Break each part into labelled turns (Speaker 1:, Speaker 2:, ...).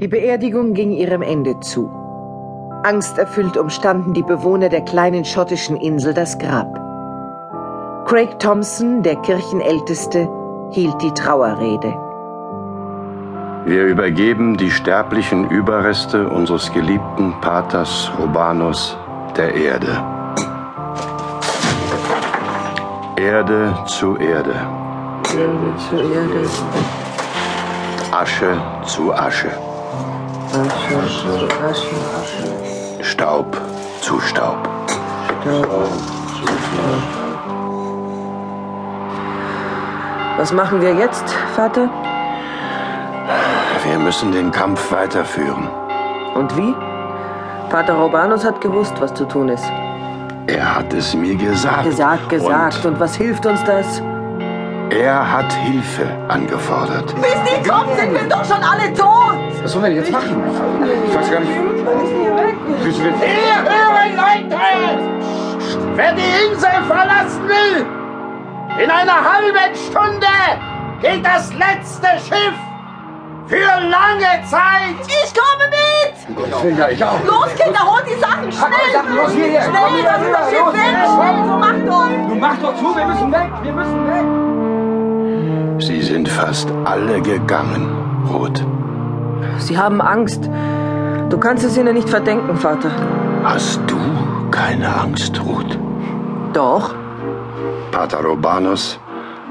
Speaker 1: Die Beerdigung ging ihrem Ende zu. Angsterfüllt umstanden die Bewohner der kleinen schottischen Insel das Grab. Craig Thompson, der Kirchenälteste, hielt die Trauerrede.
Speaker 2: Wir übergeben die sterblichen Überreste unseres geliebten Paters Robanus der Erde. Erde zu Erde.
Speaker 3: Erde zu Erde.
Speaker 2: Asche zu Asche.
Speaker 3: Asche zu Asche.
Speaker 2: Staub zu Staub.
Speaker 3: Staub zu Staub. Was machen wir jetzt, Vater?
Speaker 2: Wir müssen den Kampf weiterführen.
Speaker 3: Und wie? Pater Robanus hat gewusst, was zu tun ist.
Speaker 2: Er hat es mir gesagt.
Speaker 3: Gesagt, gesagt. Und, was hilft uns das?
Speaker 2: Er hat Hilfe angefordert.
Speaker 4: Bis die kommen, sind wir doch schon alle tot!
Speaker 5: Was sollen wir denn jetzt machen? Ich weiß gar nicht. Müssen wir
Speaker 6: Ihr hören, Leute! Wer die Insel verlassen will, in einer halben Stunde geht das letzte Schiff für lange Zeit.
Speaker 4: Ich komme mit!
Speaker 5: Gottes Willen, ja, ich auch.
Speaker 4: Los, Kinder, holt die Sachen schnell!
Speaker 5: Packt die Sachen, los, hierher.
Speaker 4: Schnell,
Speaker 5: Komm hierher,
Speaker 4: das ist das
Speaker 5: hierher,
Speaker 4: Schiff
Speaker 5: los,
Speaker 4: weg!
Speaker 5: hierher.
Speaker 4: Schnell, so macht uns!
Speaker 5: Nun mach doch zu, wir müssen weg, wir müssen weg.
Speaker 2: Sie sind fast alle gegangen, Ruth.
Speaker 3: Sie haben Angst. Du kannst es ihnen nicht verdenken, Vater.
Speaker 2: Hast du keine Angst, Ruth?
Speaker 3: Doch.
Speaker 2: Pater Robanus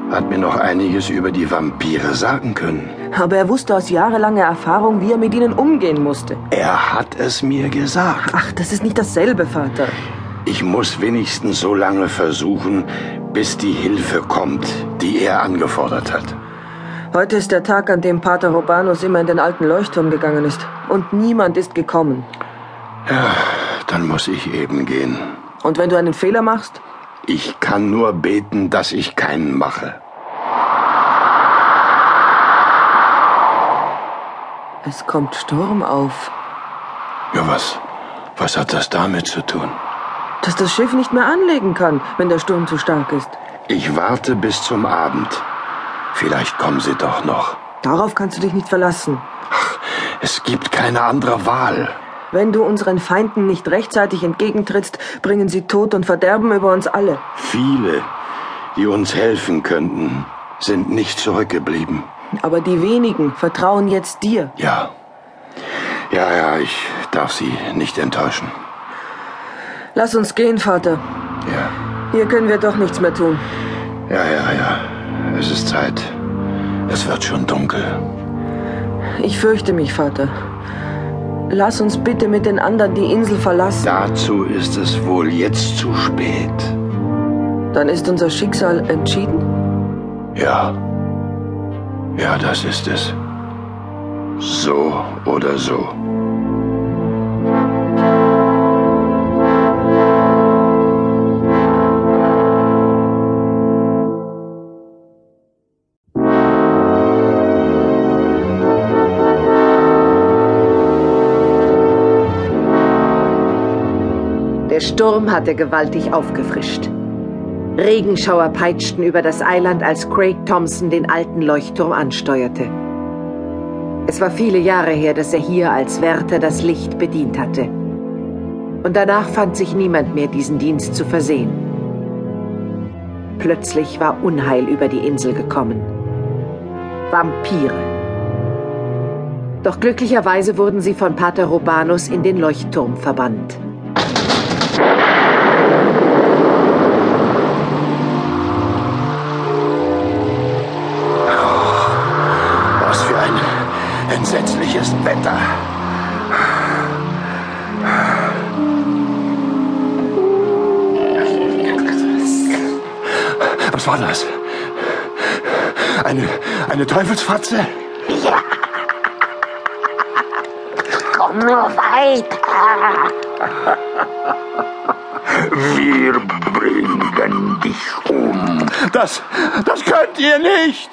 Speaker 2: hat mir noch einiges über die Vampire sagen können.
Speaker 3: Aber er wusste aus jahrelanger Erfahrung, wie er mit ihnen umgehen musste.
Speaker 2: Er hat es mir gesagt.
Speaker 3: Ach, das ist nicht dasselbe, Vater.
Speaker 2: Ich muss wenigstens so lange versuchen, bis die Hilfe kommt, die er angefordert hat.
Speaker 3: Heute ist der Tag, an dem Pater Robanus immer in den alten Leuchtturm gegangen ist. Und niemand ist gekommen.
Speaker 2: Dann muss ich eben gehen.
Speaker 3: Und wenn du einen Fehler machst?
Speaker 2: Ich kann nur beten, dass ich keinen mache.
Speaker 3: Es kommt Sturm auf.
Speaker 2: Ja, was? Was hat das damit zu tun?
Speaker 3: Dass das Schiff nicht mehr anlegen kann, wenn der Sturm zu stark ist.
Speaker 2: Ich warte bis zum Abend. Vielleicht kommen sie doch noch.
Speaker 3: Darauf kannst du dich nicht verlassen.
Speaker 2: Es gibt keine andere Wahl.
Speaker 3: Wenn du unseren Feinden nicht rechtzeitig entgegentrittst, bringen sie Tod und Verderben über uns alle.
Speaker 2: Viele, die uns helfen könnten, sind nicht zurückgeblieben.
Speaker 3: Aber die wenigen vertrauen jetzt dir.
Speaker 2: Ja. Ja, ja, ich darf sie nicht enttäuschen.
Speaker 3: Lass uns gehen, Vater.
Speaker 2: Ja.
Speaker 3: Hier können wir doch nichts mehr tun.
Speaker 2: Ja, ja, ja. Es ist Zeit. Es wird schon dunkel.
Speaker 3: Ich fürchte mich, Vater. Lass uns bitte mit den anderen die Insel verlassen.
Speaker 2: Dazu ist es wohl jetzt zu spät.
Speaker 3: Dann ist unser Schicksal entschieden.
Speaker 2: Ja. Ja, das ist es. So oder so.
Speaker 1: Der Sturm hatte gewaltig aufgefrischt. Regenschauer peitschten über das Eiland, als Craig Thompson den alten Leuchtturm ansteuerte. Es war viele Jahre her, dass er hier als Wärter das Licht bedient hatte. Und danach fand sich niemand mehr, diesen Dienst zu versehen. Plötzlich war Unheil über die Insel gekommen. Vampire. Doch glücklicherweise wurden sie von Pater Robanus in den Leuchtturm verbannt.
Speaker 2: Was für ein entsetzliches Wetter. Was war das? Eine, eine Teufelsfratze?
Speaker 6: Komm nur weiter. Wir bringen dich um.
Speaker 2: Das, das könnt ihr nicht!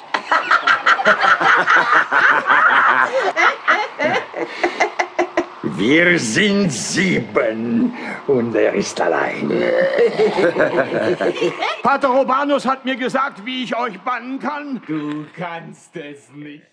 Speaker 6: Wir sind sieben und er ist allein.
Speaker 5: Pater Robanus hat mir gesagt, wie ich euch bannen kann.
Speaker 7: Du kannst es nicht.